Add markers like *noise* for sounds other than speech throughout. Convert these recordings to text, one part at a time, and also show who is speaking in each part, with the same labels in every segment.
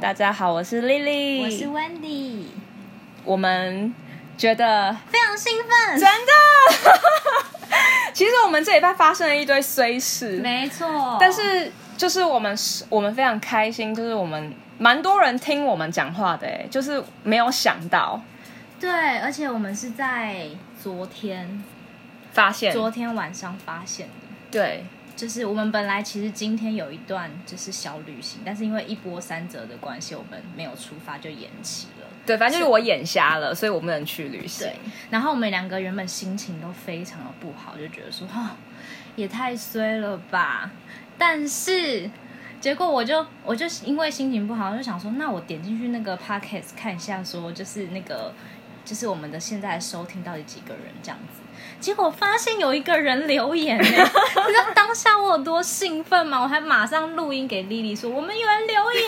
Speaker 1: 大家好，我是
Speaker 2: 我是
Speaker 1: Lily，
Speaker 2: Wendy，
Speaker 1: 我们觉得
Speaker 2: 非常兴
Speaker 1: 真
Speaker 2: 奋，
Speaker 1: 的， *laughs* 其实我们这礼拜发生了一堆衰事，
Speaker 2: 没错。
Speaker 1: 但是就是我们是我们非常开心，就是我们蛮多人听我们讲话的，哎，就是没有想到
Speaker 2: 对，而且我们是在昨天，
Speaker 1: 发现，
Speaker 2: 昨天晚上发现的，
Speaker 1: 对
Speaker 2: 就是我们本来其实今天有一段就是小旅行，但是因为一波三折的关系，我们没有出发就延期了。
Speaker 1: 对，反正就是我眼瞎了，所以我不能去旅行
Speaker 2: 对。，然后我们两个原本心情都非常的不好，就觉得说，哦，也太衰了吧。但是结果我就我就因为心情不好，就想说，那我点进去那个 podcast 看一下，说就是那个就是我们的现在收听到底几个人这样子。结果发现有一个人留
Speaker 1: *laughs*
Speaker 2: 言、欸，你知道当下我有多兴奋吗？我还马上录音给丽丽说，我们有人留言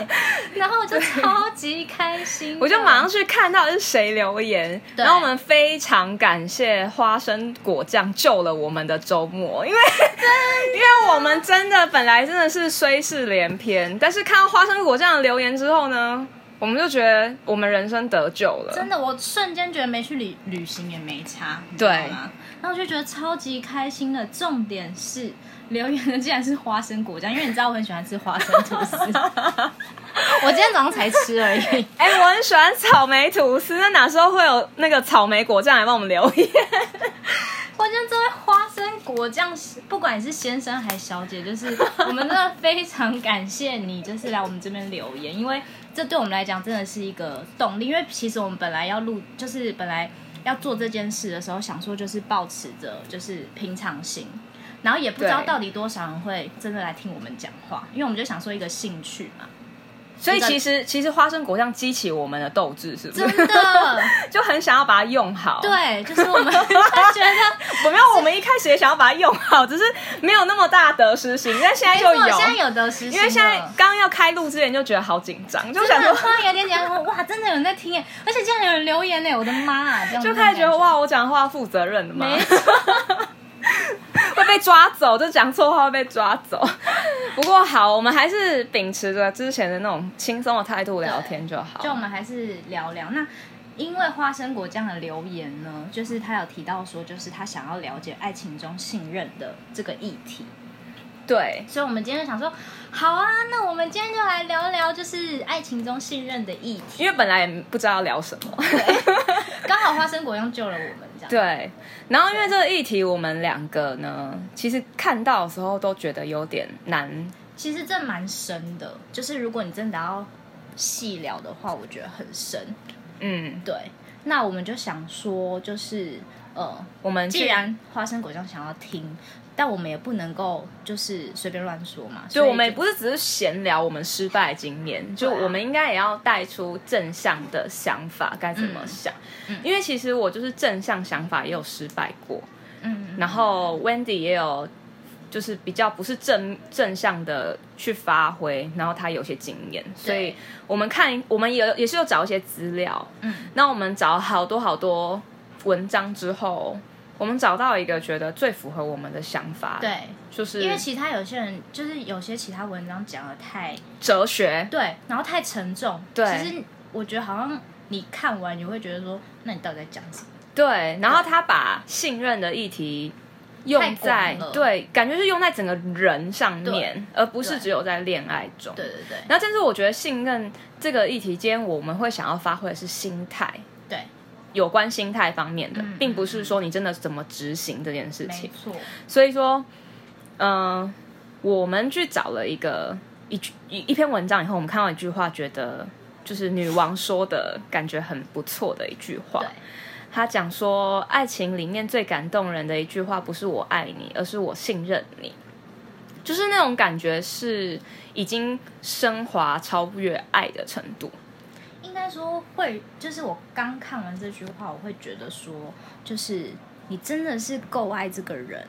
Speaker 2: 嘞、然后我就超级开心的，
Speaker 1: 我就马上去看到底是谁留言，
Speaker 2: 对
Speaker 1: 然后我们非常感谢花生果酱救了我们的周末，因为 *laughs* 因为我们真的本来真的是虽事连篇，但是看到花生果酱的留言之后呢，我们就觉得我们人生得救了
Speaker 2: 真。的，我瞬间觉得没去旅旅行也没差，你知
Speaker 1: 对
Speaker 2: 道吗？然后我就觉得超级开心的。重点是留言的竟然是花生果酱，因为你知道我很喜欢吃花生吐
Speaker 1: *laughs*
Speaker 2: 司，我今天早上才吃而已。
Speaker 1: 哎、我很喜欢草莓吐司，那哪时候会有那个草莓果酱来帮我们留言？
Speaker 2: 我觉得这位花生果酱，不管你是先生还是小姐，就是 *laughs* 我们真的非常感谢你，就是来我们这边留言，因为这对我们来讲真的是一个动力。因为其实我们本来要录，就是本来要做这件事的时候，想说就是保持着就是平常心，然后也不知道
Speaker 1: 对
Speaker 2: 到底多少人会真的来听我们讲话，因为我们就想说一个兴趣嘛，
Speaker 1: 所以其 *laughs* 实其实花生果酱激起我们的斗志，是不是？ *laughs*
Speaker 2: 真的，
Speaker 1: 就很想要把它用好。
Speaker 2: 对，就是
Speaker 1: *laughs*
Speaker 2: 我们 *laughs* 就觉得。
Speaker 1: 我没有，我们一开始也想要把它用好，只是没有那么大的得失心，但现在就
Speaker 2: 没
Speaker 1: 有
Speaker 2: 错。现在有得失心了，
Speaker 1: 因为现在刚要开录之前就觉得好紧张，就
Speaker 2: 真
Speaker 1: 想
Speaker 2: 的
Speaker 1: 说
Speaker 2: 突然有点紧张，哇，真的有人在听耶，而且竟然有人留言呢，我的妈、啊，这样子
Speaker 1: 就开始觉得
Speaker 2: 那种
Speaker 1: 哇，我讲话负责任的吗？
Speaker 2: 感觉，没错，
Speaker 1: *laughs* 会被抓走，就讲错话会被抓走。不过好，我们还是秉持着之前的那种轻松的态度聊天就好。
Speaker 2: 就我们还是聊聊那。因为花生果酱的留言呢，就是他有提到说，就是他想要了解爱情中信任的这个议题，
Speaker 1: 对，
Speaker 2: 所以我们今天就想说，好啊，那我们今天就来聊聊就是爱情中信任的议
Speaker 1: *laughs*
Speaker 2: 题。
Speaker 1: 因为本来也不知道要聊什么。
Speaker 2: *laughs* 刚好花生果酱救了我们，这样
Speaker 1: 对，然后因为这个议题，我们两个呢，其实看到的时候都觉得有点难
Speaker 2: 其实这蛮深的，就是如果你真的要细聊的话，我觉得很深。
Speaker 1: 嗯，
Speaker 2: 对，那我们就想说，就是呃，
Speaker 1: 我们去
Speaker 2: 既然花生果酱想要听，但我们也不能够就是随便乱说嘛，
Speaker 1: 就
Speaker 2: 所以
Speaker 1: 我们也不是只是闲聊我们失败的经验，就
Speaker 2: 对啊
Speaker 1: 我们应该也要带出正向的想法，该怎么想、
Speaker 2: 嗯
Speaker 1: 因为其实我就是正向想法也有失败过，
Speaker 2: 嗯，
Speaker 1: 然后 Wendy 也有就是比较不是正正向的去发挥，然后她有些经验，所以我们看我们也也是有找一些资料，
Speaker 2: 嗯，
Speaker 1: 那我们找好多好多文章之后，我们找到一个觉得最符合我们的想法，，
Speaker 2: 对，
Speaker 1: 就是
Speaker 2: 因为其他有些人就是有些其他文章讲的太
Speaker 1: 哲学，
Speaker 2: 对，然后太沉重，
Speaker 1: 对
Speaker 2: 其实我觉得好像你看完你会觉得说，那你到底在讲什么？
Speaker 1: 对，然后他把信任的议题用在
Speaker 2: 太广了
Speaker 1: 对，感觉是用在整个人上面
Speaker 2: 对，
Speaker 1: 而不是
Speaker 2: 对
Speaker 1: 只有在恋爱中。
Speaker 2: 对对对
Speaker 1: 然后，但是我觉得信任这个议题，今天我们会想要发挥的是心态，
Speaker 2: 对，
Speaker 1: 有关心态方面的，
Speaker 2: 嗯
Speaker 1: 并不是说你真的怎么执行这件事
Speaker 2: 没
Speaker 1: 情。
Speaker 2: 错，
Speaker 1: 所以说，嗯、我们去找了一个一句一一篇文章以后，我们看到一句话，觉得就是女王说的感觉很不错的一句话。
Speaker 2: 对
Speaker 1: 他讲说，爱情里面最感动人的一句话，不是我爱你，而是我信任你，就是那种感觉是已经升华超越爱的程度。
Speaker 2: 应该说会，就是我刚看完这句话，我会觉得说，就是你真的是够爱这个人，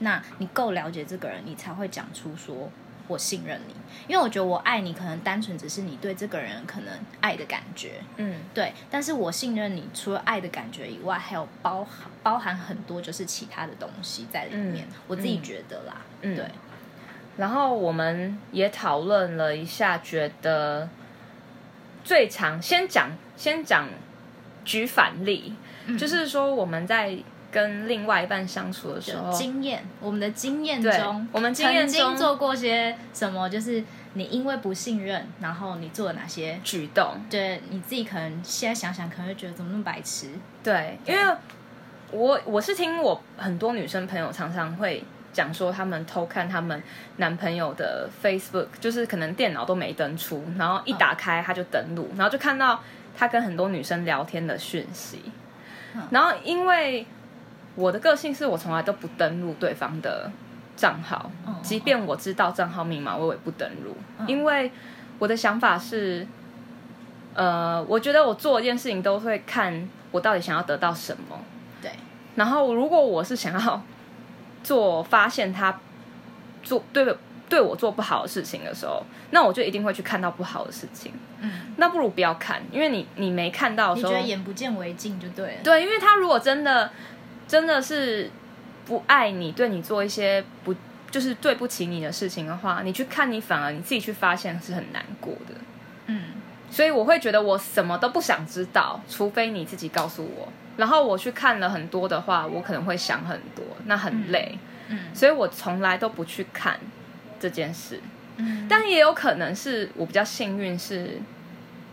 Speaker 2: 那你够了解这个人，你才会讲出说我信任你。因为我觉得我爱你，可能单纯只是你对这个人可能爱的感觉，
Speaker 1: 嗯，
Speaker 2: 对。但是我信任你，除了爱的感觉以外，还有包含包含很多就是其他的东西在里面。
Speaker 1: 嗯
Speaker 2: 我自己觉得啦，
Speaker 1: 嗯
Speaker 2: 对，
Speaker 1: 然后我们也讨论了一下，觉得最常先讲先讲举反例，就是说我们在跟另外一半相处的时
Speaker 2: 就
Speaker 1: 候，
Speaker 2: 经验，我们的经验
Speaker 1: 对
Speaker 2: 中，
Speaker 1: 我们经验
Speaker 2: 曾
Speaker 1: 中
Speaker 2: 经做过些什么？就是你因为不信任，然后你做了哪些？
Speaker 1: 举动，
Speaker 2: 对，你自己可能现在想想，可能会觉得怎么那么白痴？
Speaker 1: 对，因为我我是听我很多女生朋友常常会讲说，她们偷看她们男朋友的 Facebook，就是可能电脑都没登出，然后一打开他就登录，然后就看到他跟很多女生聊天的讯息
Speaker 2: 嗯，
Speaker 1: 然后因为我的个性是我从来都不登录对方的账号
Speaker 2: 嗯嗯，
Speaker 1: 即便我知道账号密码，我也不登录，
Speaker 2: 嗯
Speaker 1: 因为我的想法是，呃，我觉得我做一件事情都会看我到底想要得到什么，
Speaker 2: 对，
Speaker 1: 然后如果我是想要做发现他做对对我做不好的事情的时候，那我就一定会去看到不好的事情，
Speaker 2: 嗯，
Speaker 1: 那不如不要看，因为你你没看到的
Speaker 2: 你
Speaker 1: 时
Speaker 2: 觉
Speaker 1: 候
Speaker 2: 得，眼不见为净就对了。
Speaker 1: 对，因为他如果真的真的是不爱你，对你做一些不就是对不起你的事情的话，你去看你反而你自己去发现是很难过的。
Speaker 2: 嗯，
Speaker 1: 所以我会觉得我什么都不想知道，除非你自己告诉我。然后我去看了很多的话，我可能会想很多，那很累，
Speaker 2: 嗯
Speaker 1: 所以我从来都不去看这件事。
Speaker 2: 嗯，
Speaker 1: 但也有可能是我比较幸运，是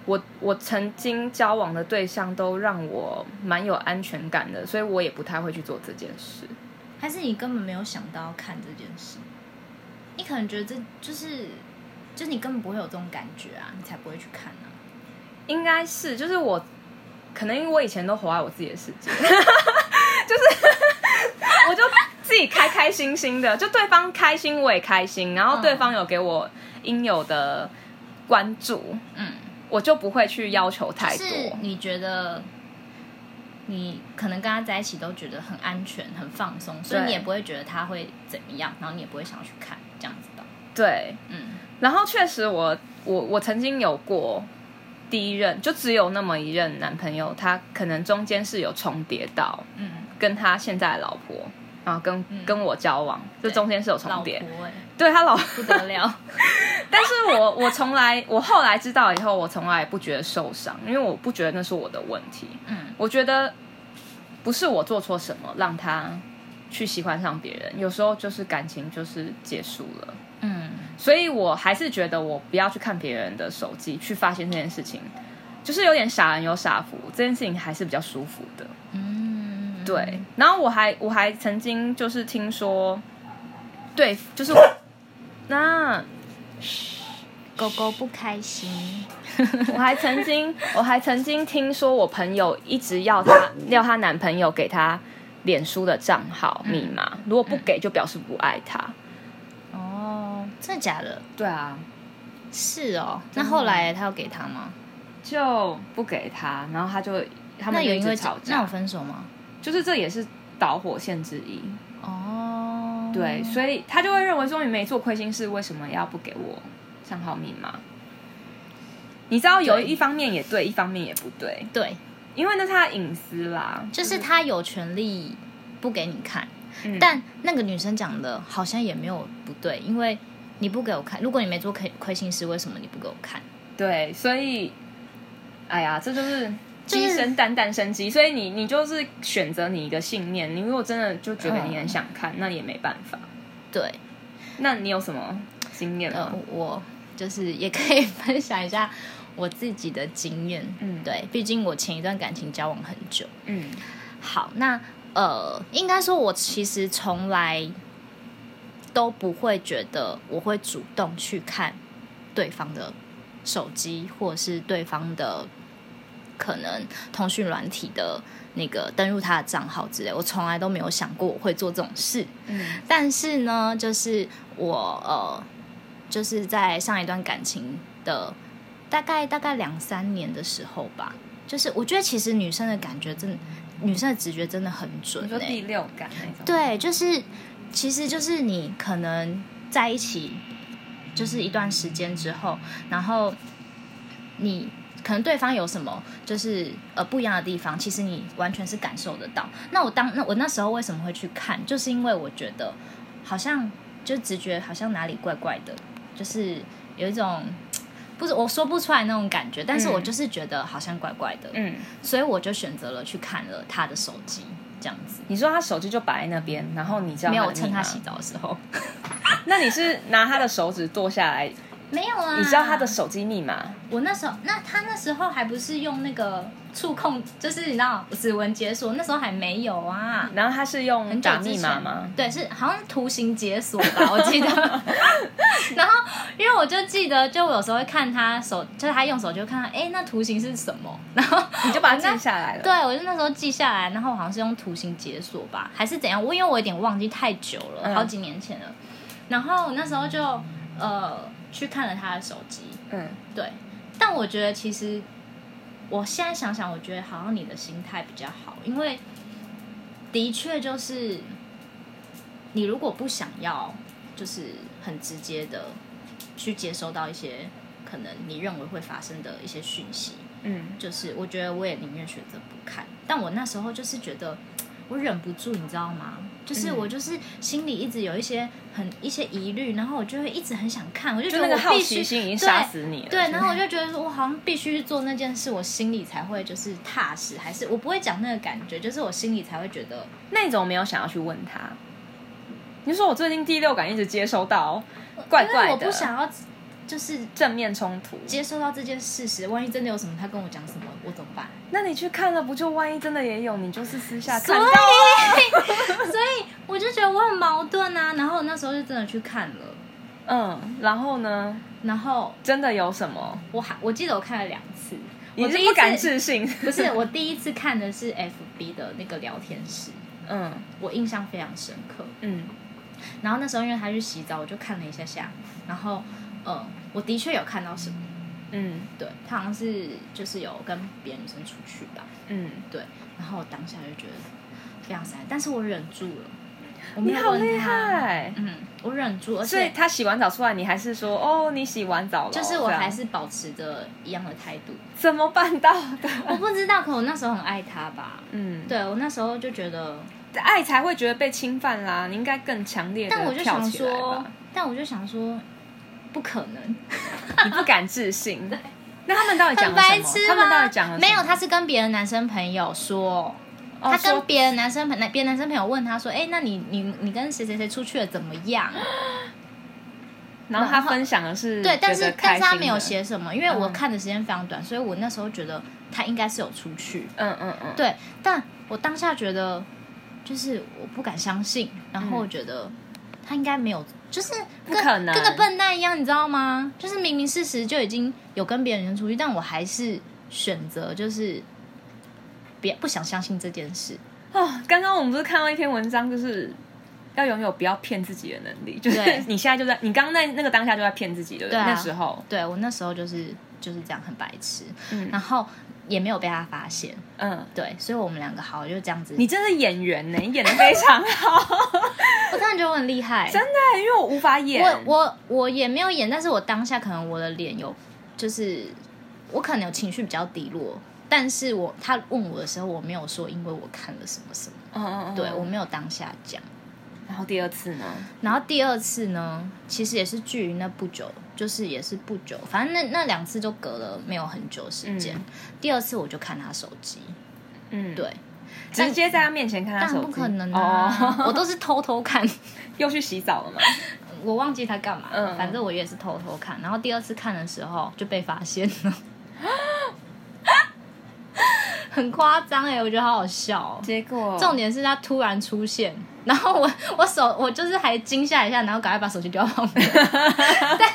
Speaker 1: 我我曾经交往的对象都让我蛮有安全感的，所以我也不太会去做这件事。
Speaker 2: 还是你根本没有想到要看这件事，你可能觉得这就是，就是你根本不会有这种感觉啊，你才不会去看啊。
Speaker 1: 应该是，就是我可能因为我以前都活在我自己的世界， *laughs* 就是我就自己开开心心的，就对方开心我也开心，然后对方有给我应有的关注，
Speaker 2: 嗯，
Speaker 1: 我就不会去要求太多。
Speaker 2: 是你觉得你可能跟他在一起都觉得很安全、很放松，所以
Speaker 1: 对
Speaker 2: 你也不会觉得他会怎么样，然后你也不会想要去看这样子的。
Speaker 1: 对，
Speaker 2: 嗯
Speaker 1: 然后确实我我我曾经有过。第一任就只有那么一任男朋友，他可能中间是有重叠到
Speaker 2: 嗯，
Speaker 1: 跟他现在的老婆，然后跟、
Speaker 2: 嗯
Speaker 1: 跟我交往，这
Speaker 2: 对
Speaker 1: 中间是有
Speaker 2: 老
Speaker 1: 重
Speaker 2: 婆
Speaker 1: 叠。
Speaker 2: 哎、
Speaker 1: 对他老
Speaker 2: 不得
Speaker 1: *laughs*
Speaker 2: 了。
Speaker 1: 但是我我从来我后来知道以后，我从来也不觉得受伤，因为我不觉得那是我的问题。
Speaker 2: 嗯
Speaker 1: 我觉得不是我做错什么让他去喜欢上别人，有时候就是感情就是结束了。
Speaker 2: 嗯，
Speaker 1: 所以我还是觉得我不要去看别人的手机去发现这件事情，就是有点傻人有傻福，这件事情还是比较舒服的。
Speaker 2: 嗯，
Speaker 1: 对，然后我还我还曾经就是听说，对， *laughs* 就是那。
Speaker 2: 狗狗不开心。
Speaker 1: 我还曾经，我还曾经听说我朋友一直要她要她男朋友给她脸书的账号密码，如果不给就表示不爱她。
Speaker 2: 哦，真的假的？
Speaker 1: 对啊，
Speaker 2: 是哦。那后来他有给他吗？
Speaker 1: 就不给她，然后她就他
Speaker 2: 那
Speaker 1: 们就
Speaker 2: 有
Speaker 1: 一
Speaker 2: 因
Speaker 1: 直
Speaker 2: 为
Speaker 1: 吵
Speaker 2: 那有
Speaker 1: 架，
Speaker 2: 分手吗？
Speaker 1: 就是这也是导火线之一。
Speaker 2: 哦，
Speaker 1: 对，所以她就会认为说你没做亏心事，为什么要不给我账号密码？你知道有
Speaker 2: 对
Speaker 1: 一方面也对，一方面也不对，
Speaker 2: 对，
Speaker 1: 因为那是她的隐私啦。
Speaker 2: 就是他有权利不给你看，
Speaker 1: 嗯
Speaker 2: 但那个女生讲的好像也没有不对，因为你不给我看，如果你没做亏亏心事，为什么你不给我看？
Speaker 1: 对，所以，哎呀，这就是
Speaker 2: 就是
Speaker 1: 鸡生蛋，蛋生鸡。所以你你就是选择你一个信念，你如果真的就觉得你很想
Speaker 2: 嗯
Speaker 1: 看，那也没办法。
Speaker 2: 对，
Speaker 1: 那你有什么经验
Speaker 2: 呃
Speaker 1: 吗？，
Speaker 2: 我就是也可以分享一下我自己的经验，
Speaker 1: 嗯
Speaker 2: 对，毕竟我前一段感情交往很久。
Speaker 1: 嗯
Speaker 2: 好，那呃，应该说，我其实从来都不会觉得我会主动去看对方的手机，或者是对方的可能通讯软体的那个登入他的账号之类，我从来都没有想过我会做这种事。
Speaker 1: 嗯
Speaker 2: 但是呢，就是我呃，就是在上一段感情的大概大概两三年的时候吧，就是我觉得其实女生的感觉真的，女生的直觉真的很准、
Speaker 1: 你
Speaker 2: 欸。
Speaker 1: 说第六感那种？，
Speaker 2: 对，就是其实就是你可能在一起就是一段时间之后，然后你可能对方有什么就是呃不一样的地方，其实你完全是感受得到。那我当那我那时候为什么会去看，就是因为我觉得好像就直觉好像哪里怪怪的，就是有一种不是我说不出来那种感觉，但是
Speaker 1: 嗯
Speaker 2: 我就是觉得好像怪怪的，
Speaker 1: 嗯，
Speaker 2: 所以我就选择了去看了他的手机，这样子。
Speaker 1: 你说他手机就摆在那边，然后你知道
Speaker 2: 没
Speaker 1: 的
Speaker 2: 有趁他
Speaker 1: 密码
Speaker 2: 洗，澡的时候，
Speaker 1: 那你是拿他的手指剁下来，
Speaker 2: 没有啊。
Speaker 1: 你知道他的手机密码？
Speaker 2: 我那时候，那他那时候还不是用那个触控，就是你知道指纹解锁，那时候还没有啊。
Speaker 1: 然后他是用
Speaker 2: 很
Speaker 1: 嗯
Speaker 2: 久
Speaker 1: 打
Speaker 2: 之
Speaker 1: 密
Speaker 2: 前
Speaker 1: 码吗？？
Speaker 2: 对，是好像是图形解锁吧，我
Speaker 1: *laughs*
Speaker 2: 记得。然后，因为我就记得，就我有时候会看他手，就是他用手就看他，哎，那图形是什么？ *laughs* 然后
Speaker 1: 你就把
Speaker 2: 我
Speaker 1: 它
Speaker 2: 那
Speaker 1: 记下来了。
Speaker 2: 对，我就那时候记下来，然后好像是用图形解锁吧，还是怎样？我因为我有点忘记太久了，
Speaker 1: 嗯
Speaker 2: 好几年前了。然后我那时候就呃去看了他的手机，
Speaker 1: 嗯，
Speaker 2: 对，但我觉得其实我现在想想，我觉得好像你的心态比较好，因为的确就是你如果不想要，就是很直接的去接收到一些可能你认为会发生的一些讯息，
Speaker 1: 嗯，
Speaker 2: 就是我觉得我也宁愿选择不看，但我那时候就是觉得我忍不住，你知道吗？就是
Speaker 1: 嗯
Speaker 2: 我就是心里一直有一些很一些疑虑，然后我就会一直很想看，我就觉
Speaker 1: 就
Speaker 2: 得
Speaker 1: 那个
Speaker 2: 我
Speaker 1: 好
Speaker 2: 必
Speaker 1: 奇
Speaker 2: 须
Speaker 1: 心已经
Speaker 2: 对
Speaker 1: 杀死你了。
Speaker 2: 对，
Speaker 1: 是
Speaker 2: 然后我就觉得说，我好像必须做那件事，我心里才会就是踏实，还是我不会讲那个感觉，就是我心里才会觉得
Speaker 1: 那你怎么没有想要去问他？你就说我最近第六感一直接收到怪
Speaker 2: 因为
Speaker 1: 怪
Speaker 2: 我
Speaker 1: 的
Speaker 2: 不，想要就是
Speaker 1: 正面冲突。
Speaker 2: 接收到这件事实，万一真的有什么他跟我讲什么，我怎么办？
Speaker 1: 那你去看了，不就万一真的也有，你就是私下
Speaker 2: 所
Speaker 1: 看
Speaker 2: 以
Speaker 1: 到，
Speaker 2: 所以我就觉得我很矛盾啊。然后我那时候就真的去看了，
Speaker 1: 嗯，然后呢，
Speaker 2: 然后
Speaker 1: 真的有什么？
Speaker 2: 我还我记得我看了两次，
Speaker 1: 你
Speaker 2: 我
Speaker 1: 是
Speaker 2: 第
Speaker 1: 不
Speaker 2: 一
Speaker 1: 敢
Speaker 2: 次
Speaker 1: 置信，
Speaker 2: 不是我第一次看的是 FB 的那个聊天室，
Speaker 1: 嗯
Speaker 2: 我印象非常深刻。
Speaker 1: 嗯
Speaker 2: 然后那时候因为他去洗澡，我就看了一下下，然后呃，我的确有看到什么，
Speaker 1: 嗯
Speaker 2: 对他好像是就是有跟别的女生出去吧，
Speaker 1: 嗯，
Speaker 2: 对，然后我当下就觉得非常塞，但是我忍住了，我没
Speaker 1: 你
Speaker 2: 有
Speaker 1: 好
Speaker 2: 问他
Speaker 1: 厉，害。
Speaker 2: 嗯，我忍住，而
Speaker 1: 所以
Speaker 2: 且
Speaker 1: 他洗完澡出来，你还是说哦，你洗完澡了？
Speaker 2: 就是我
Speaker 1: 这样
Speaker 2: 还是保持着一样的态度，
Speaker 1: 怎么办到
Speaker 2: *laughs*
Speaker 1: 的？
Speaker 2: 我不知道，可我那时候很爱他吧，
Speaker 1: 嗯，
Speaker 2: 对我那时候就觉得，
Speaker 1: 爱才会觉得被侵犯啦，你应该更强烈的
Speaker 2: 但我就
Speaker 1: 跳
Speaker 2: 想
Speaker 1: 起来
Speaker 2: 说
Speaker 1: 吧，，
Speaker 2: 但我就想说，不可能。
Speaker 1: 你不敢置
Speaker 2: *laughs*
Speaker 1: 信。那他们到底讲
Speaker 2: 很
Speaker 1: 了什
Speaker 2: 白
Speaker 1: 么
Speaker 2: 痴？
Speaker 1: 他
Speaker 2: 吗？
Speaker 1: 们到底讲了什么
Speaker 2: 没有，他是跟别的男生朋友说，
Speaker 1: 哦
Speaker 2: 他跟
Speaker 1: 说
Speaker 2: 别的男生朋别的男生朋友问他说，哎、那你你你跟谁谁谁出去了怎么样？
Speaker 1: 嗯然后他分享的是
Speaker 2: 对，但
Speaker 1: 觉
Speaker 2: 是
Speaker 1: 得
Speaker 2: 但
Speaker 1: 开
Speaker 2: 是
Speaker 1: 心的
Speaker 2: 他没有，写什么，因为我
Speaker 1: 嗯
Speaker 2: 看的时间非常短，所以我那时候觉得他应该是有出去，
Speaker 1: 嗯嗯嗯，
Speaker 2: 对，但我当下觉得就是我不敢相信，然后我觉得他应该没有，就是
Speaker 1: 嗯不
Speaker 2: 跟
Speaker 1: 可能
Speaker 2: 跟个笨蛋一样，你知道吗？就是明明事实就已经有跟别人出去，但我还是选择就是别不想相信这件事。
Speaker 1: 哦，刚刚我们不是看到一篇文章，就是要拥有不要骗自己的能力，就是
Speaker 2: 对
Speaker 1: 你现在就在你刚刚那那个当下就在骗自己，对不
Speaker 2: 对啊
Speaker 1: 那时候，
Speaker 2: 对我那时候就是就是这样很白痴，
Speaker 1: 嗯
Speaker 2: 然后也没有被他发现，
Speaker 1: 嗯，
Speaker 2: 对，所以我们两个好就这样子。
Speaker 1: 你真是演员呢，你演的非常好，
Speaker 2: 我真的觉得我很厉害，
Speaker 1: *laughs* 真的，因为我无法演，
Speaker 2: 我我我也没有演，但是我当下可能我的脸有，就是我可能有情绪比较低落，但是我他问我的时候，我没有说因为我看了什么什么，
Speaker 1: 嗯嗯嗯，
Speaker 2: 对我没有当下讲。
Speaker 1: 然后第二次呢，
Speaker 2: 然后第二次呢，其实也是距离那不久，就是也是不久，反正那那两次就隔了没有很久时间。
Speaker 1: 嗯
Speaker 2: 第二次我就看他手机，
Speaker 1: 嗯，
Speaker 2: 对，
Speaker 1: 直接在他面前看他
Speaker 2: 但
Speaker 1: 手机，
Speaker 2: 不可能啊，
Speaker 1: *laughs* 哦，
Speaker 2: 我都是偷偷看。
Speaker 1: 又去洗澡了嘛，
Speaker 2: 我忘记他干嘛，
Speaker 1: 嗯
Speaker 2: 反正我也是偷偷看，然后第二次看的时候就被发现了， *laughs* 很夸张哎，我觉得好好笑、哦。
Speaker 1: 结果
Speaker 2: 重点是他突然出现，然后我我手我就是还惊吓一下，然后赶快把手机丢到旁边，但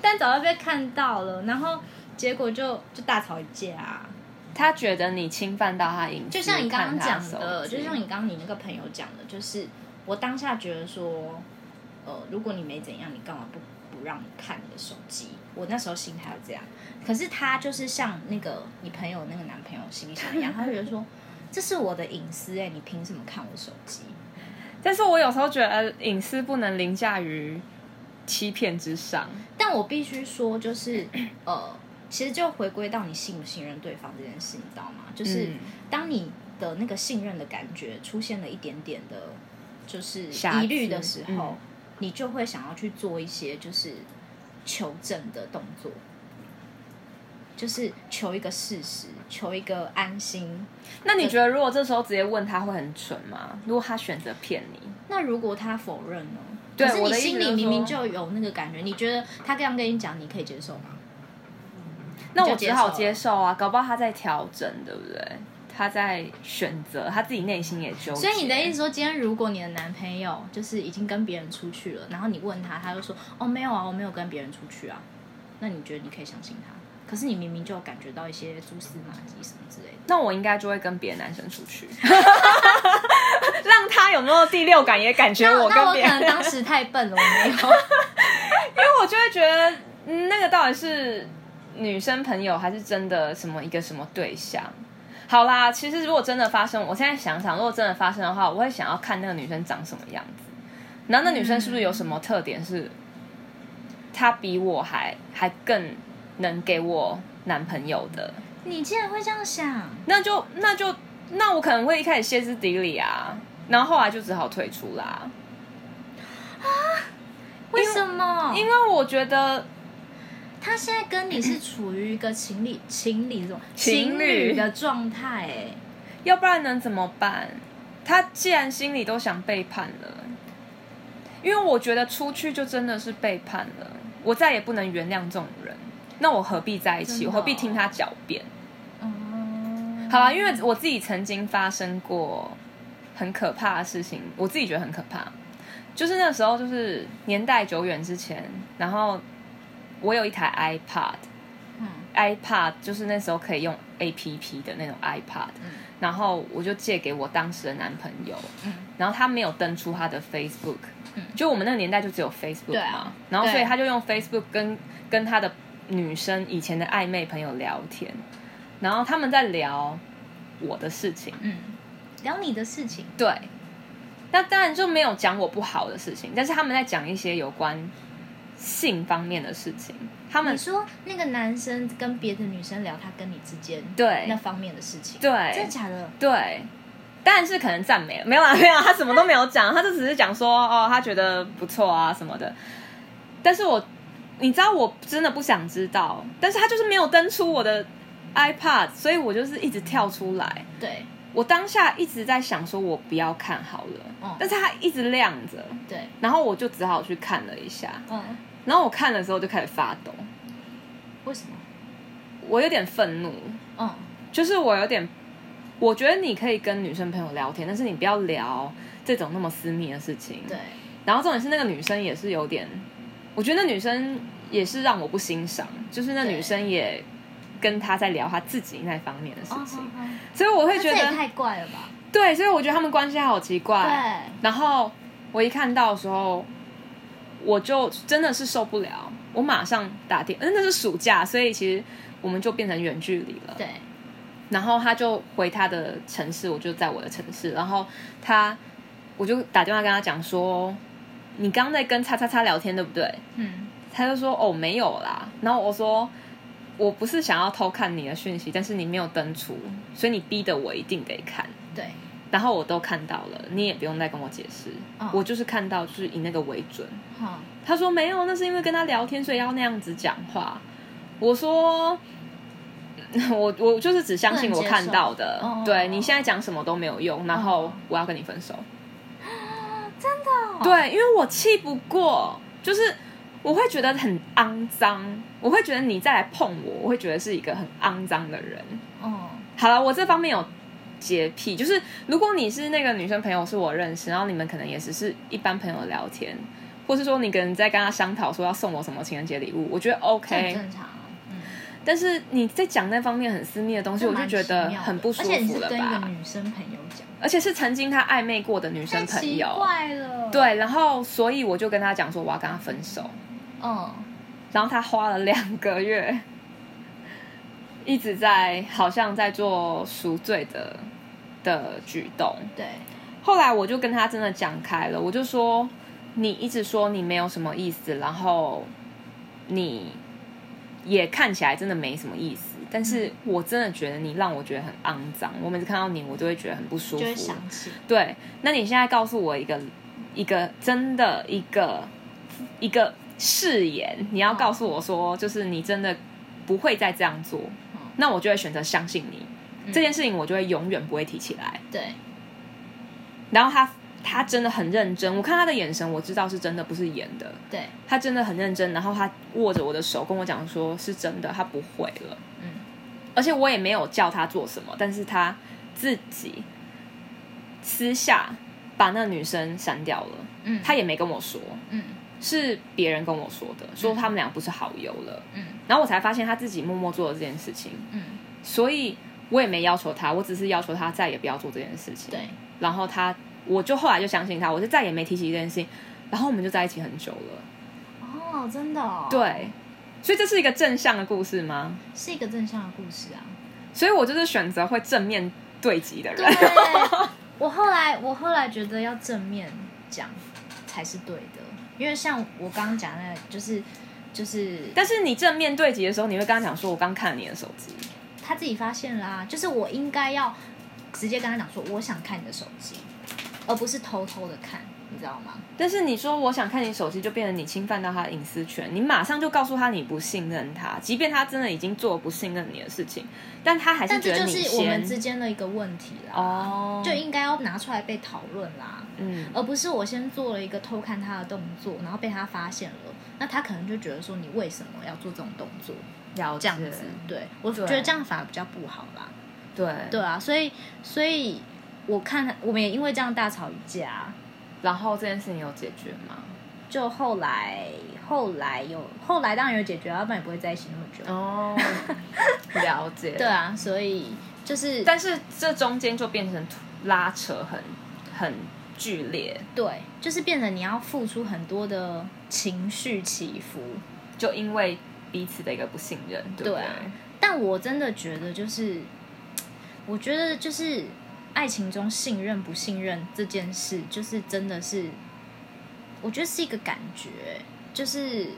Speaker 2: 但早就被看到了，然后结果就就大吵一架啊、
Speaker 1: 他觉得你侵犯到他隐私，
Speaker 2: 就像你刚刚讲的，
Speaker 1: 看他手机
Speaker 2: 就像你刚刚你那个朋友讲的，就是我当下觉得说，呃，如果你没怎样，你干嘛不不让你看你的手机？我那时候心态是这样，可是他就是像那个你朋友那个男朋友心里想一样，他会觉得说这是我的隐私哎、你凭什么看我手机？
Speaker 1: 但是我有时候觉得隐私不能凌驾于欺骗之上。
Speaker 2: 但我必须说，就是呃，其实就回归到你信不信任对方这件事，你知道吗？就是。
Speaker 1: 嗯
Speaker 2: 当你的那个信任的感觉出现了一点点的，就是
Speaker 1: 瑕疵
Speaker 2: 疑虑的时候，
Speaker 1: 嗯
Speaker 2: 你就会想要去做一些就是求证的动作。就是求一个事实，求一个安心。
Speaker 1: 那你觉得如果这时候直接问他会很蠢吗？如果他选择骗你，
Speaker 2: 那如果他否认呢？
Speaker 1: 对
Speaker 2: 可是
Speaker 1: 我
Speaker 2: 你
Speaker 1: 的意思
Speaker 2: 心
Speaker 1: 就是
Speaker 2: 里
Speaker 1: 说
Speaker 2: 明明就有那个感觉，你觉得他这样跟你讲，你可以接受吗？
Speaker 1: 那
Speaker 2: 就
Speaker 1: 我
Speaker 2: 接
Speaker 1: 只好
Speaker 2: 受
Speaker 1: 接受啊，搞不好他在调整，对不对？他在选择，他自己内心也纠结。
Speaker 2: 所以你的意思说，今天如果你的男朋友就是已经跟别人出去了，然后你问他，他就说哦没有啊，我没有跟别人出去啊，那你觉得你可以相信他？可是你明明就有感觉到一些蛛丝马迹什么之类的。
Speaker 1: 那我应该就会跟别的男生出去， *laughs* 让他有没有第六感也感觉
Speaker 2: 那那
Speaker 1: 跟
Speaker 2: 我
Speaker 1: 别
Speaker 2: 可
Speaker 1: 人，
Speaker 2: 能当时太笨了，我没
Speaker 1: *laughs* 因
Speaker 2: 有。
Speaker 1: 哎为我就会觉得、嗯那个到底是女生朋友还是真的什么一个什么对象。好啦，其实如果真的发生，我现在想想，如果真的发生的话，我会想要看那个女生长什么样子，然后那女生是不是有什么特点是，她比我还还更能给我男朋友的，
Speaker 2: 你竟然会这样想？
Speaker 1: 那就那就那我可能会一开始歇斯底里啊，然后后来就只好退出啦，
Speaker 2: 为什么？
Speaker 1: 因为我觉得
Speaker 2: 他现在跟你是处于一个情侣情侣这种
Speaker 1: 情侣
Speaker 2: 侣的状态，哎，
Speaker 1: 要不然能怎么办？他既然心里都想背叛了，因为我觉得出去就真的是背叛了，我再也不能原谅这种人，那我何必在一起？
Speaker 2: 真的哦
Speaker 1: 我何必听他狡辩？
Speaker 2: 嗯，
Speaker 1: 好吧，因为我自己曾经发生过很可怕的事情，我自己觉得很可怕。就是那时候，就是年代久远之前，然后我有一台 iPad，iPad
Speaker 2: 嗯
Speaker 1: 就是那时候可以用 APP 的那种 iPad，、
Speaker 2: 嗯
Speaker 1: 然后我就借给我当时的男朋友，
Speaker 2: 嗯
Speaker 1: 然后他没有登出他的 Facebook，、
Speaker 2: 嗯
Speaker 1: 就我们那个年代就只有 Facebook
Speaker 2: 对
Speaker 1: 嘛，
Speaker 2: 啊
Speaker 1: 然后所以
Speaker 2: 对
Speaker 1: 他就用 Facebook 跟跟他的女生以前的暧昧朋友聊天，然后他们在聊我的事情，
Speaker 2: 嗯，聊你的事情，
Speaker 1: 对，那当然就没有讲我不好的事情，但是他们在讲一些有关性方面的事情，他们
Speaker 2: 你说那个男生跟别的女生聊他跟你之间
Speaker 1: 对
Speaker 2: 那方面的事情，
Speaker 1: 对
Speaker 2: 真的假的？
Speaker 1: 对，但是可能赞美了，没有啊啦，没有啦，他什么都没有讲，他就只是讲说哦，他觉得不错啊什么的。但是我，你知道，我真的不想知道，但是他就是没有登出我的 iPad，所以我就是一直跳出来。
Speaker 2: 对
Speaker 1: 我当下一直在想说，我不要看好了，
Speaker 2: 嗯
Speaker 1: 但是他一直亮着，
Speaker 2: 对，
Speaker 1: 然后我就只好去看了一下，
Speaker 2: 嗯，
Speaker 1: 然后我看的时候就开始发抖，
Speaker 2: 为什么？
Speaker 1: 我有点愤怒，
Speaker 2: 嗯，
Speaker 1: 就是我有点，我觉得你可以跟女生朋友聊天，但是你不要聊这种那么私密的事情。
Speaker 2: 对。，
Speaker 1: 然后重点是那个女生也是有点，我觉得那女生也是让我不欣赏，就是那
Speaker 2: 对
Speaker 1: 女生也跟他在聊她自己那方面的事
Speaker 2: 哦，
Speaker 1: 情，
Speaker 2: 好好
Speaker 1: 所以我会
Speaker 2: 那
Speaker 1: 觉
Speaker 2: 这也
Speaker 1: 得
Speaker 2: 太怪了吧？
Speaker 1: 对，所以我觉得他们关系好奇怪。
Speaker 2: 对，
Speaker 1: 然后我一看到的时候，我就真的是受不了，我马上打电，嗯，那是暑假，所以其实我们就变成远距离了。
Speaker 2: 对，
Speaker 1: 然后他就回他的城市，我就在我的城市。然后他，我就打电话跟他讲说，你刚刚在跟叉叉叉聊天对不对？
Speaker 2: 嗯，
Speaker 1: 他就说哦没有啦。然后我说我不是想要偷看你的讯息，但是你没有登出，所以你逼得我一定得看。
Speaker 2: 对，
Speaker 1: 然后我都看到了，你也不用再跟我解释，
Speaker 2: 嗯
Speaker 1: 我就是看到就是以那个为准。
Speaker 2: 好，
Speaker 1: 他说没有，那是因为跟他聊天，所以要那样子讲话。我说， *laughs* 我我就是只相信我看到的，
Speaker 2: 不能接受哦
Speaker 1: 对你现在讲什么都没有用，然后
Speaker 2: 哦
Speaker 1: 我要跟你分手。
Speaker 2: 真的哦，
Speaker 1: 对，因为我气不过，就是我会觉得很肮脏，我会觉得你再来碰我，我会觉得是一个很肮脏的人。
Speaker 2: 哦，
Speaker 1: 好了，我这方面有洁癖，就是如果你是那个女生朋友是我认识，然后你们可能也只是一般朋友聊天，或是说你可能在跟她商讨说要送我什么情人节礼物，我觉得
Speaker 2: 这很
Speaker 1: OK。
Speaker 2: 正常啊。嗯，
Speaker 1: 但是你在讲那方面很私密的东西，
Speaker 2: 这
Speaker 1: 我就
Speaker 2: 蛮
Speaker 1: 觉得
Speaker 2: 奇妙的
Speaker 1: 很不舒
Speaker 2: 而且你
Speaker 1: 服
Speaker 2: 是
Speaker 1: 了
Speaker 2: 跟一个
Speaker 1: 吧？
Speaker 2: 女生朋友讲，
Speaker 1: 而且是曾经她暧昧过的女生朋
Speaker 2: 太奇
Speaker 1: 友，
Speaker 2: 怪了。，
Speaker 1: 对，然后所以我就跟她讲说我要跟她分手，
Speaker 2: 嗯，
Speaker 1: 然后她花了两个月。一直在好像在做赎罪的的举动，
Speaker 2: 对，
Speaker 1: 后来我就跟他真的讲开了，我就说你一直说你没有什么意思，然后你也看起来真的没什么意思，但
Speaker 2: 嗯
Speaker 1: 是我真的觉得你让我觉得很肮脏，我每次看到你我都会觉得很不舒
Speaker 2: 就
Speaker 1: 服。
Speaker 2: 会想起，
Speaker 1: 对，那你现在告诉我一个一个真的一个一个誓言，你要
Speaker 2: 嗯
Speaker 1: 告诉我说，就是你真的不会再这样做，
Speaker 2: 嗯
Speaker 1: 那我就会选择相信你。这件事情我就会永远不会提起来。
Speaker 2: 对，
Speaker 1: 然后他他真的很认真，我看他的眼神，我知道是真的，不是演的。
Speaker 2: 对，
Speaker 1: 他真的很认真，然后他握着我的手跟我讲说，是真的，他不会了。
Speaker 2: 嗯，
Speaker 1: 而且我也没有叫他做什么，但是他自己私下把那女生删掉了，
Speaker 2: 嗯，
Speaker 1: 他也没跟我说，
Speaker 2: 嗯
Speaker 1: 是别人跟我说的，说他们俩不是好友了。
Speaker 2: 嗯
Speaker 1: 然后我才发现他自己默默做了这件事情，
Speaker 2: 嗯，
Speaker 1: 所以我也没要求他，我只是要求他再也不要做这件事情。
Speaker 2: 对，
Speaker 1: 然后他，我就后来就相信他，我就再也没提起这件事情，然后我们就在一起很久了。
Speaker 2: 哦，真的哦，，
Speaker 1: 对，所以这是一个正向的故事吗？
Speaker 2: 是一个正向的故事
Speaker 1: *laughs*
Speaker 2: 啊。
Speaker 1: 所以我就是选择会正面对击的人。
Speaker 2: 对，我后来我后来觉得要正面讲才是对的，因为像我刚刚讲的那个，就是就是
Speaker 1: 但是你正面对击的时候，你会跟他讲说：“我刚看了你的手机。
Speaker 2: 他自己发现啦、就是我应该要直接跟他讲说，我想看你的手机，而不是偷偷的看，你知道吗？”
Speaker 1: 但是你说我想看你手机，就变成你侵犯到他的隐私权。你马上就告诉他你不信任他，即便他真的已经做了不信任你的事情，但他还是
Speaker 2: 但
Speaker 1: 觉
Speaker 2: 这
Speaker 1: 得你
Speaker 2: 就是我们之
Speaker 1: 先
Speaker 2: 间的一个问题啦，
Speaker 1: 哦，
Speaker 2: 就应该要拿出来被讨论啦。
Speaker 1: 嗯
Speaker 2: 而不是我先做了一个偷看他的动作，然后被他发现了，那他可能就觉得说你为什么要做这种动作？
Speaker 1: 了
Speaker 2: 这样
Speaker 1: 解
Speaker 2: 子，对我觉
Speaker 1: 对
Speaker 2: 得这样反而比较不好啦。
Speaker 1: 对
Speaker 2: 对啊，所以所以我看我们也因为这样大吵一架，
Speaker 1: 然后这件事情有解决吗？
Speaker 2: 就后来后来有后来当然有解决啊，要不然也不会在一起那么久。 *laughs*
Speaker 1: 哦，了解。
Speaker 2: 对啊，所以就是
Speaker 1: 但是这中间就变成拉扯很很剧烈，
Speaker 2: 对，就是变成你要付出很多的情绪起伏。
Speaker 1: 就因为彼此的一个不信任，对不对？
Speaker 2: 对啊但我真的觉得就是，我觉得就是爱情中信任不信任这件事，就是真的是，我觉得是一个感觉，就是。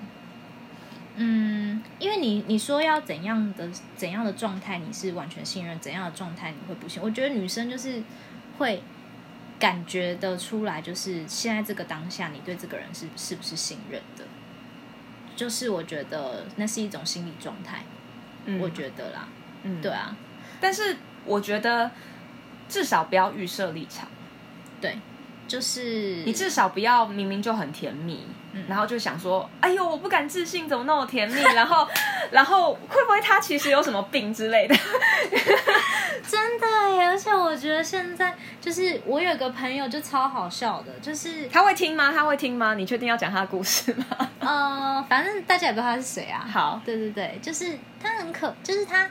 Speaker 2: 嗯，因为你你说要怎样的怎样的状态你是完全信任，怎样的状态你会不信？我觉得女生就是会感觉得出来，就是现在这个当下你对这个人是是不是信任的，就是我觉得那是一种心理状态。
Speaker 1: 嗯
Speaker 2: 我觉得啦，
Speaker 1: 嗯
Speaker 2: 对。啊，
Speaker 1: 但是我觉得至少不要预设立场，
Speaker 2: 对，就是
Speaker 1: 你至少不要明明就很甜蜜。
Speaker 2: 嗯
Speaker 1: 然后就想说，哎呦，我不敢自信，怎么那么甜蜜？ *laughs* 然后，然后会不会他其实有什么病之类的？ *laughs*
Speaker 2: 真的耶，而且我觉得现在就是我有个朋友就超好笑的，就是
Speaker 1: 他会听吗？他会听吗？你确定要讲他的故事吗？ *laughs*
Speaker 2: 呃，反正大家也不知道他是谁啊。
Speaker 1: 好
Speaker 2: 对对对，就是他很可，就是他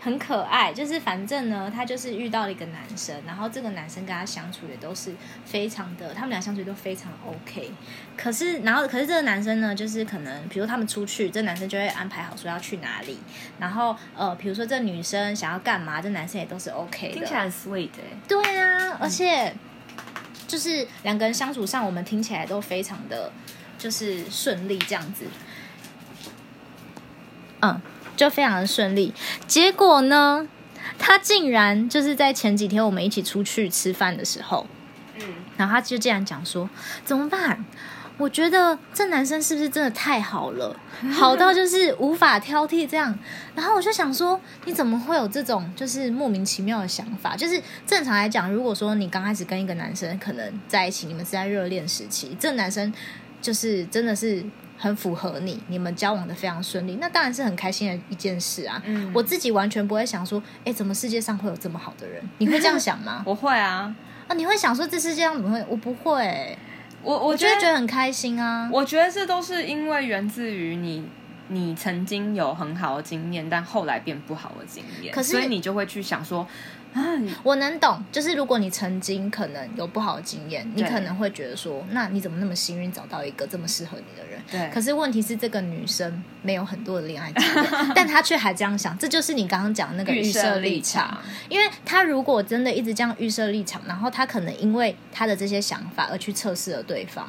Speaker 2: 很可爱，就是反正呢，他就是遇到了一个男生，然后这个男生跟他相处也都是非常的，他们俩相处都非常 OK。可是，然后可是这个男生呢，就是可能比如他们出去，这男生就会安排好说要去哪里，然后呃，比如说这女生想要干嘛，这男生也都是 OK 的。
Speaker 1: 听起来很 sweet 哎、
Speaker 2: 对啊，而且就是两个人相处上，我们听起来都非常的就是顺利这样子，嗯，就非常的顺利。结果呢，他竟然就是在前几天我们一起出去吃饭的时候，
Speaker 1: 嗯，
Speaker 2: 然后他就竟然讲说：“怎么办？我觉得这男生是不是真的太好了，好到就是无法挑剔这样。”然后我就想说，你怎么会有这种就是莫名其妙的想法？就是正常来讲，如果说你刚开始跟一个男生可能在一起，你们是在热恋时期，这男生就是真的是。很符合你，你们交往的非常顺利，那当然是很开心的一件事啊。
Speaker 1: 嗯
Speaker 2: 我自己完全不会想说，哎、怎么世界上会有这么好的人？你会这样想吗？
Speaker 1: 我会啊，
Speaker 2: 啊，你会想说这世界上怎么会？我不会欸、
Speaker 1: 我我
Speaker 2: 我就会觉得很开心啊。
Speaker 1: 我觉得这都是因为源自于你，你曾经有很好的经验，但后来变不好的经验，
Speaker 2: 可是
Speaker 1: 所以你就会去想说，啊，
Speaker 2: 我能懂，就是如果你曾经可能有不好的经验，你
Speaker 1: 对
Speaker 2: 可能会觉得说，那你怎么那么幸运找到一个这么适合你的人？
Speaker 1: 对
Speaker 2: 可是问题是，这个女生没有很多的恋爱经验，但她却还这样想，这就是你刚刚讲的那个预设立场。，因为她如果真的一直这样预设立场，然后她可能因为她的这些想法而去测试了对方，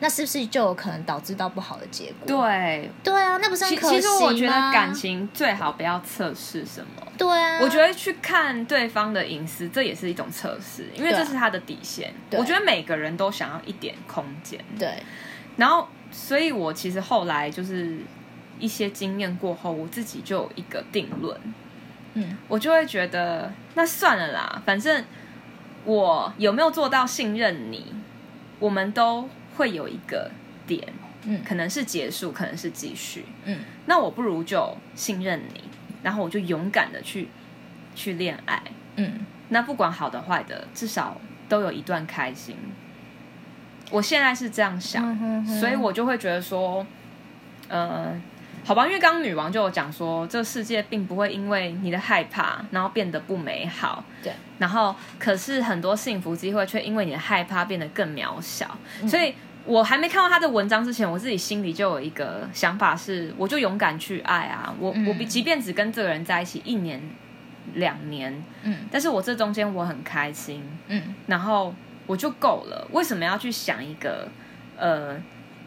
Speaker 2: 那是不是就有可能导致到不好的结果？
Speaker 1: 对。
Speaker 2: 对啊，那不是很
Speaker 1: 其
Speaker 2: 可惜吗？
Speaker 1: 其实我觉得感情最好不要测试什么，
Speaker 2: 对啊，
Speaker 1: 我觉得去看对方的隐私，这也是一种测试，因为
Speaker 2: 对啊
Speaker 1: 这是他的底线。
Speaker 2: 对
Speaker 1: 我觉得每个人都想要一点空间，
Speaker 2: 对，
Speaker 1: 然后，所以我其实后来就是一些经验过后，我自己就有一个定论，
Speaker 2: 嗯，
Speaker 1: 我就会觉得那算了啦，反正我有没有做到信任你，我们都会有一个点，
Speaker 2: 嗯
Speaker 1: 可能是结束，可能是继续，
Speaker 2: 嗯
Speaker 1: 那我不如就信任你，然后我就勇敢的去去恋爱，
Speaker 2: 嗯，
Speaker 1: 那不管好的坏的，至少都有一段开心。我现在是这样想，
Speaker 2: 嗯
Speaker 1: 所以我就会觉得说，呃，好吧，因为刚刚女王就有讲说，这世界并不会因为你的害怕，然后变得不美好。
Speaker 2: 对。
Speaker 1: 然后，可是很多幸福机会却因为你的害怕变得更渺小。所以我还没看到他的文章之前，我自己心里就有一个想法是，我就勇敢去爱啊！我、我
Speaker 2: 嗯
Speaker 1: 即便只跟这个人在一起一年、两年，
Speaker 2: 嗯
Speaker 1: 但是我这中间我很开心，
Speaker 2: 嗯
Speaker 1: 然后我就够了。为什么要去想一个呃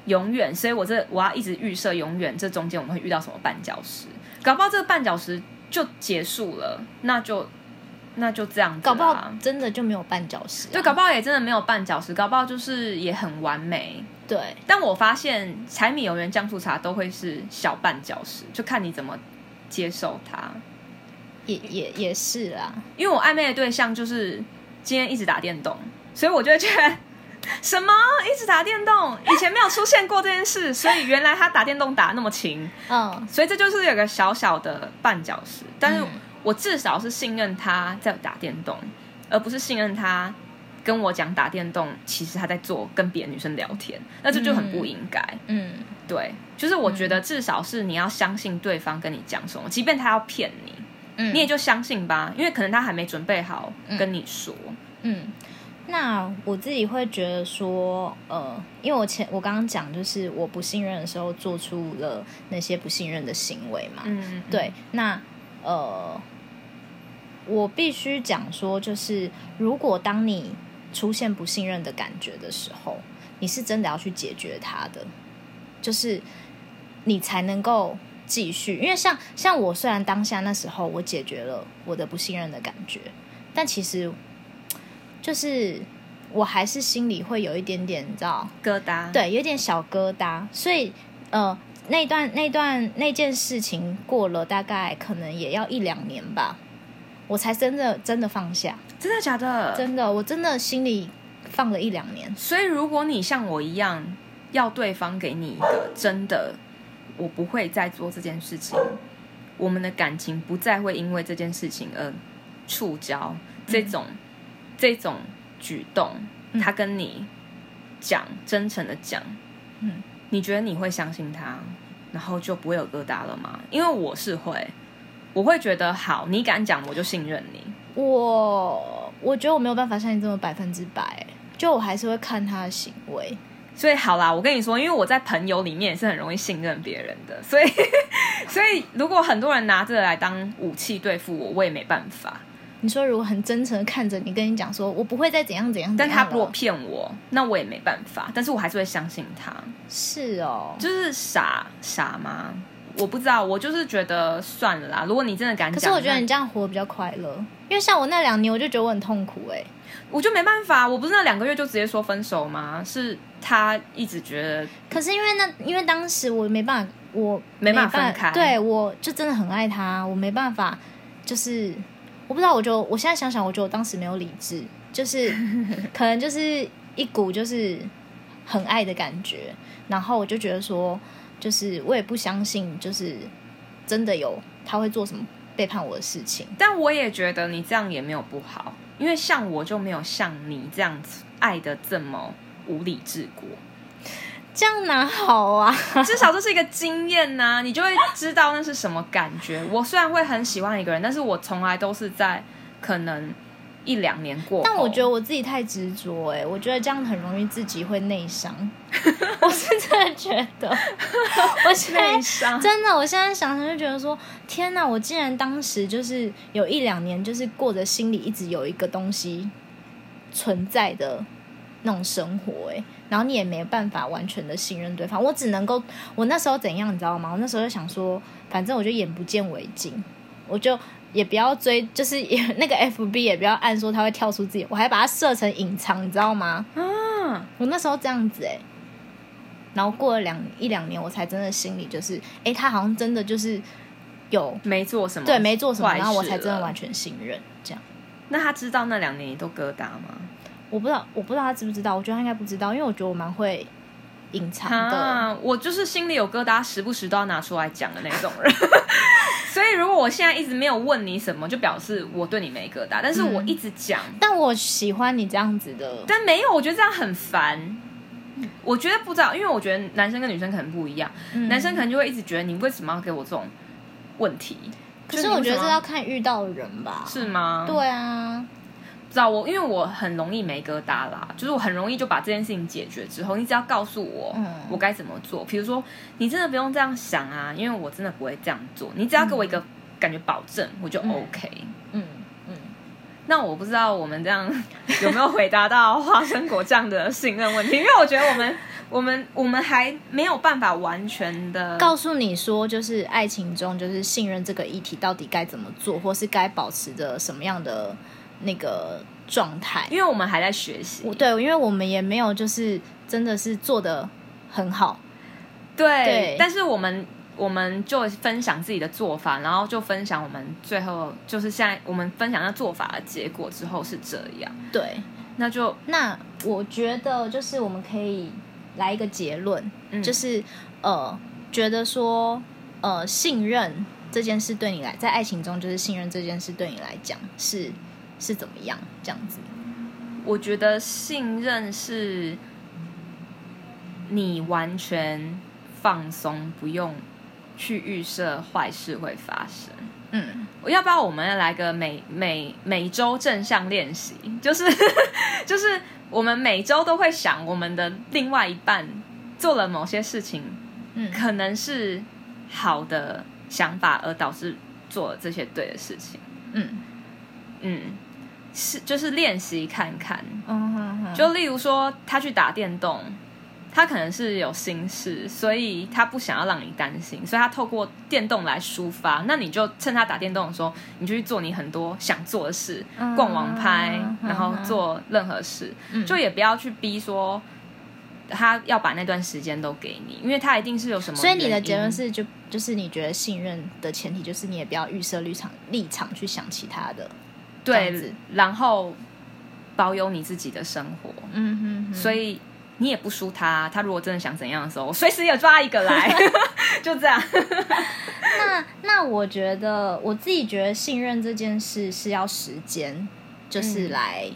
Speaker 1: 永远？所以我这我要一直预设永远这中间我们会遇到什么绊脚石？搞不好这个绊脚石就结束了，那就那就这样子啦
Speaker 2: 搞不好真的就没有绊脚石啊、
Speaker 1: 对，搞不好也真的没有绊脚石，搞不好就是也很完美。
Speaker 2: 对，
Speaker 1: 但我发现柴米油盐酱醋茶都会是小绊脚石，就看你怎么接受它。
Speaker 2: 也也也是啦。
Speaker 1: 因为我暧昧的对象就是今天一直打电动，所以我就会觉得什么一直打电动，以前没有出现过这件事，所以原来他打电动打那么勤，
Speaker 2: 嗯
Speaker 1: 所以这就是有个小小的绊脚石。但是
Speaker 2: 嗯
Speaker 1: 我至少是信任他在打电动，而不是信任他跟我讲打电动，其实他在做跟别的女生聊天，那这就很不应该。
Speaker 2: 嗯
Speaker 1: 对，就是我觉得至少是你要相信对方跟你讲什么，即便他要骗你，
Speaker 2: 嗯，
Speaker 1: 你也就相信吧，因为可能他还没准备好跟你说。
Speaker 2: 嗯，那我自己会觉得说，呃，因为我前我刚刚讲，就是我不信任的时候做出了那些不信任的行为嘛。
Speaker 1: 嗯，
Speaker 2: 对，那呃，我必须讲说，就是如果当你出现不信任的感觉的时候，你是真的要去解决它的，就是你才能够继续。因为像像我，虽然当下那时候我解决了我的不信任的感觉，但其实就是我还是心里会有一点点，你知道，
Speaker 1: 疙瘩。，
Speaker 2: 对，有点小疙瘩。所以呃，那段那段那件事情过了大概可能也要一两年吧，我才真的真的放下，
Speaker 1: 真的假的？
Speaker 2: 真的我真的心里放了一两年。
Speaker 1: 所以如果你像我一样，要对方给你一个真的，我不会再做这件事情，我们的感情不再会因为这件事情而触礁，这种、这种举动，
Speaker 2: 嗯
Speaker 1: 他跟你讲，真诚的讲，
Speaker 2: 嗯，
Speaker 1: 你觉得你会相信他，然后就不会有疙瘩了吗？因为我是会，我会觉得好，你敢讲我就信任你。
Speaker 2: 我我觉得我没有办法像你这么百分之百，就我还是会看他的行为。
Speaker 1: 所以好啦，我跟你说，因为我在朋友里面也是很容易信任别人的， *laughs* 所以所以如果很多人拿这个来当武器对付我，我也没办法。
Speaker 2: 你说如果很真诚的看着你，跟你讲说我不会再怎样怎样怎
Speaker 1: 但
Speaker 2: 样
Speaker 1: 他如果
Speaker 2: 了
Speaker 1: 骗我，那我也没办法，但是我还是会相信他。
Speaker 2: 是哦，
Speaker 1: 就是傻傻吗？我不知道，我就是觉得算了啦。如果你真的敢
Speaker 2: 可
Speaker 1: 讲，
Speaker 2: 是我觉得
Speaker 1: 那
Speaker 2: 你这样活得比较快乐，因为像我那两年，我就觉得我很痛苦哎、
Speaker 1: 我就没办法，我不是那两个月就直接说分手吗？是他一直觉得
Speaker 2: 可是因为那，因为当时我没办法，我
Speaker 1: 没办
Speaker 2: 办
Speaker 1: 法分开
Speaker 2: 对，我就真的很爱他，我没办法，就是我不知道，我就我现在想想，我觉得我当时没有理智，就是
Speaker 1: *laughs*
Speaker 2: 可能就是一股就是很爱的感觉，然后我就觉得说，就是我也不相信，就是真的有他会做什么背叛我的事情，
Speaker 1: 但我也觉得你这样也没有不好，因为像我就没有像你这样子爱的这么无理治国，
Speaker 2: 这样哪好啊？
Speaker 1: 至少这是一个经验呐、 *laughs* 你就会知道那是什么感觉。我虽然会很喜欢一个人，但是我从来都是在可能一两年过后，哦
Speaker 2: 但我觉得我自己太执着哎、我觉得这样很容易自己会内伤， *laughs* 我是真的觉得，我现在
Speaker 1: 内伤
Speaker 2: *laughs* 真的，我现在想想就觉得说，天哪！我竟然当时就是有一两年，就是过着心里一直有一个东西存在的那种生活、欸，然后你也没办法完全的信任对方。我只能够，我那时候怎样，你知道吗？我那时候就想说，反正我就眼不见为净，我就也不要追，就是也那个 *laughs* FB 也不要按说它会跳出自己，我还把它设成隐藏，你知道吗？
Speaker 1: 啊，
Speaker 2: 哎我那时候这样子、欸，然后过了两一两年，我才真的心里就是，哎，他好像真的就是有
Speaker 1: 没做什么，
Speaker 2: 对没做什么，
Speaker 1: 嗯坏事
Speaker 2: 然后我才真的
Speaker 1: 了
Speaker 2: 完全信任这样。
Speaker 1: 那他知道那两年你都疙瘩吗？
Speaker 2: 我不知道，我不知道他知不知道，我觉得他应该不知道，因为我觉得我蛮会隐藏的。
Speaker 1: 啊，我就是心里有疙瘩，时不时都要拿出来讲的那种人。 *laughs* 所以如果我现在一直没有问你什么，就表示我对你没疙瘩。但是我一直讲，
Speaker 2: 但我喜欢你这样子的，
Speaker 1: 但没有，我觉得这样很烦。我觉得不知道，因为我觉得男生跟女生可能不一样，
Speaker 2: 嗯
Speaker 1: 男生可能就会一直觉得你为什么要给我这种问题？
Speaker 2: 可
Speaker 1: 就是你为
Speaker 2: 我觉得
Speaker 1: 什
Speaker 2: 这
Speaker 1: 么
Speaker 2: 要看遇到的人吧。，
Speaker 1: 是吗？，
Speaker 2: 对啊，
Speaker 1: 不知道我，因为我很容易没疙瘩啦，就是我很容易就把这件事情解决之后，你只要告诉我
Speaker 2: 嗯
Speaker 1: 我该怎么做，比如说你真的不用这样想啊，因为我真的不会这样做，你只要给我一个感觉保证，我就 OK。
Speaker 2: 嗯嗯，
Speaker 1: 那我不知道我们这样有没有回答到花生果酱的信任问题，因为我觉得我们我们我们还没有办法完全的
Speaker 2: 告诉你说，就是爱情中，就是信任这个议题到底该怎么做，或是该保持着什么样的那个状态。
Speaker 1: 因为我们还在学习
Speaker 2: 我，对，因为我们也没有就是真的是做的很好，
Speaker 1: 对，
Speaker 2: 对
Speaker 1: 但是我们我们就分享自己的做法，然后就分享我们最后就是现在我们分享那做法的结果之后是这样，
Speaker 2: 对。
Speaker 1: 那就
Speaker 2: 那我觉得就是我们可以来一个结论，
Speaker 1: 嗯
Speaker 2: 就是呃，觉得说呃，信任这件事对你来，在爱情中就是信任这件事对你来讲是是怎么样这样子？
Speaker 1: 我觉得信任是你完全放松，不用去预设坏事会发生。
Speaker 2: 嗯，
Speaker 1: 要不要我们来个每每每周正向练习？就是 *laughs* 就是我们每周都会想我们的另外一半做了某些事情，
Speaker 2: 嗯
Speaker 1: 可能是好的想法而导致做了这些对的事情。
Speaker 2: 嗯
Speaker 1: 嗯，是就是练习看看，
Speaker 2: 嗯，就
Speaker 1: 就例如说他去打电动。他可能是有心事，所以他不想要让你担心，所以他透过电动来抒发。那你就趁他打电动的时候，你就去做你很多想做的事，
Speaker 2: 嗯
Speaker 1: 逛网拍，然后做任何事，就也不要去逼说他要把那段时间都给你，因为他一定是有什么。
Speaker 2: 所以你的结论，是就，就是你觉得信任的前提就是你也不要预设立场立场去想其他的，这样
Speaker 1: 对
Speaker 2: 子，
Speaker 1: 然后保有你自己的生活，
Speaker 2: 嗯哼哼
Speaker 1: 所以你也不输他。他如果真的想怎样的时候，我随时也抓一个
Speaker 2: *laughs*
Speaker 1: 来，就这样。
Speaker 2: 那那我觉得我自己觉得信任这件事是要时间，就是
Speaker 1: 嗯
Speaker 2: 来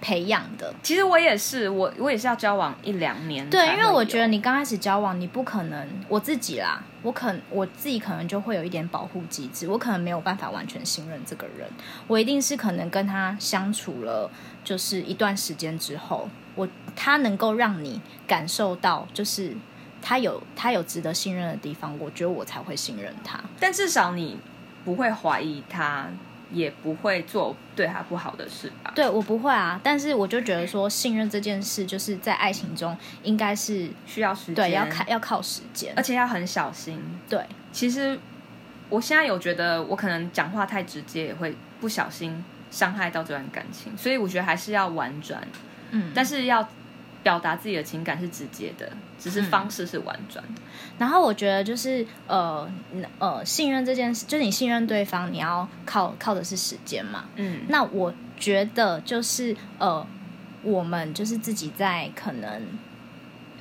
Speaker 2: 培养的。
Speaker 1: 其实我也是，我我也是要交往一两年才
Speaker 2: 对
Speaker 1: 会有，，
Speaker 2: 因为我觉得你刚开始交往，你不可能我自己啦，我可我自己可能就会有一点保护机制，我可能没有办法完全信任这个人，我一定是可能跟他相处了就是一段时间之后，我他能够让你感受到就是他有他有值得信任的地方，我觉得我才会信任他。
Speaker 1: 但至少你不会怀疑他，也不会做对他不好的事吧？
Speaker 2: 对我不会啊，但是我就觉得说信任这件事，就是在爱情中应该是
Speaker 1: 需要时间，呃
Speaker 2: 对要看要靠时间
Speaker 1: 而，且要很小心。
Speaker 2: 对，
Speaker 1: 其实我现在有觉得，我可能讲话太直接，也会不小心伤害到这段感情，所以我觉得还是要婉转，
Speaker 2: 嗯。
Speaker 1: 但是要表达自己的情感是直接的，只是
Speaker 2: 嗯
Speaker 1: 方式是婉转。
Speaker 2: 然后我觉得就是呃呃，信任这件事，就是你信任对方，你要靠靠的是时间嘛。
Speaker 1: 嗯，
Speaker 2: 那我觉得就是呃，我们就是自己在可能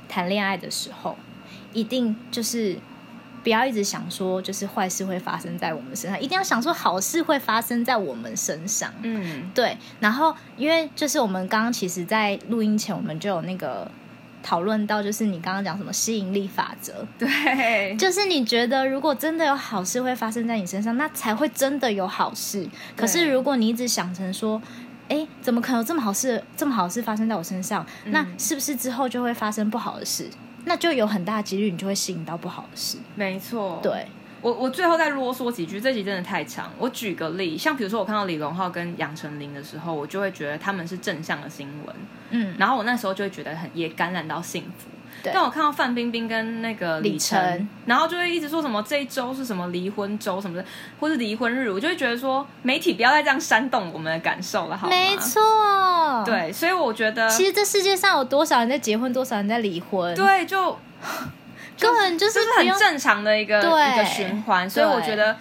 Speaker 2: 谈恋爱的时候，一定就是不要一直想说就是坏事会发生在我们身上，一定要想说好事会发生在我们身上。
Speaker 1: 嗯，
Speaker 2: 对，然后因为就是我们刚刚其实，在录音前我们就有那个讨论到，就是你刚刚讲什么吸引力法则，
Speaker 1: *laughs* 对，
Speaker 2: 就是你觉得如果真的有好事会发生在你身上，那才会真的有好事。可是如果你一直想成说，哎，怎么可能有这么好事，这么好事发生在我身上？那
Speaker 1: 嗯
Speaker 2: 是不是之后就会发生不好的事？那就有很大的几率你就会吸引到不好的事。
Speaker 1: 没错，。
Speaker 2: 对，
Speaker 1: 我我最后再啰嗦几句，这集真的太长。我举个例，像比如说我看到李荣浩跟杨丞琳的时候，我就会觉得他们是正向的新闻，
Speaker 2: 嗯，
Speaker 1: 然后我那时候就会觉得很也感染到幸福。
Speaker 2: 对
Speaker 1: 但我看到范冰冰跟那个
Speaker 2: 李
Speaker 1: 李晨，
Speaker 2: 晨
Speaker 1: 然后就会一直说什么这一周是什么离婚周什么的，或是离婚日，我就会觉得说媒体不要再这样煽动我们的感受了，好吗？
Speaker 2: 没错，。
Speaker 1: 对，啊所以我觉得，
Speaker 2: 其实这世界上有多少人在结婚，多少人在离婚，，
Speaker 1: 对，就
Speaker 2: 根本就是
Speaker 1: 这是
Speaker 2: 不
Speaker 1: 很
Speaker 2: 用
Speaker 1: 正常的一个
Speaker 2: 对
Speaker 1: 一个循环，所以我
Speaker 2: 对
Speaker 1: 觉得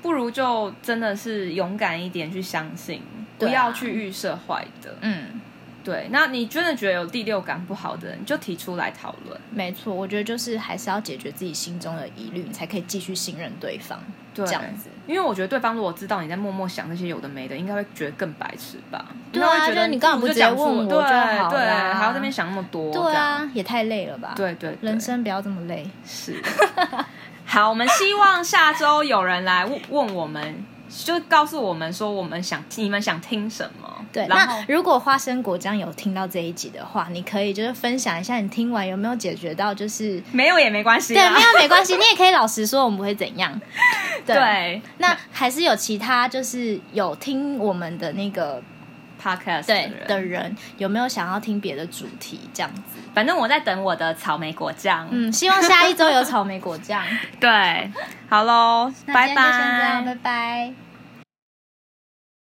Speaker 1: 不如就真的是勇敢一点去相信，不
Speaker 2: 对啊
Speaker 1: 要去预设坏的。
Speaker 2: 嗯，
Speaker 1: 对，那你真的觉得有第六感不好的人，你就提出来讨论。
Speaker 2: 没错，我觉得就是还是要解决自己心中的疑虑，你才可以继续信任对方，
Speaker 1: 对
Speaker 2: 这样子。
Speaker 1: 因为我觉得对方如果知道你在默默想这些有的没的，应该会觉得更白痴吧？
Speaker 2: 对啊
Speaker 1: 应该会觉
Speaker 2: 就
Speaker 1: 得
Speaker 2: 是你干嘛不
Speaker 1: 不
Speaker 2: 直接
Speaker 1: 讲出
Speaker 2: 问我
Speaker 1: 对
Speaker 2: 就好
Speaker 1: 对，
Speaker 2: 啦
Speaker 1: 还要这边想那么多，
Speaker 2: 对
Speaker 1: 这样，
Speaker 2: 啊，也太累了吧？，
Speaker 1: 对对对
Speaker 2: 人生不要这么累。
Speaker 1: 是。 *laughs* 好，我们希望下周有人来问问我们，就告诉我们说我们想你们想听什么。
Speaker 2: 对，
Speaker 1: 然后
Speaker 2: 那如果花生果酱有听到这一集的话，你可以就是分享一下你听完有没有解决到，就是
Speaker 1: 没有也没关系
Speaker 2: 对，
Speaker 1: 啦。
Speaker 2: 没有没关系，你也可以老实说，我们不会
Speaker 1: *laughs*
Speaker 2: 怎样。对，
Speaker 1: 对
Speaker 2: 那还是有其他就是有听我们的那个
Speaker 1: podcast
Speaker 2: 对
Speaker 1: 的
Speaker 2: 的
Speaker 1: 人，
Speaker 2: 人，有没有想要听别的主题这样子？
Speaker 1: 反正我在等我的草莓果酱。
Speaker 2: 嗯，希望
Speaker 1: *laughs*
Speaker 2: 下一周有草莓果酱。
Speaker 1: 对，好喽，
Speaker 2: 那
Speaker 1: 拜
Speaker 2: 今天就先这样
Speaker 1: 拜
Speaker 2: 拜。拜。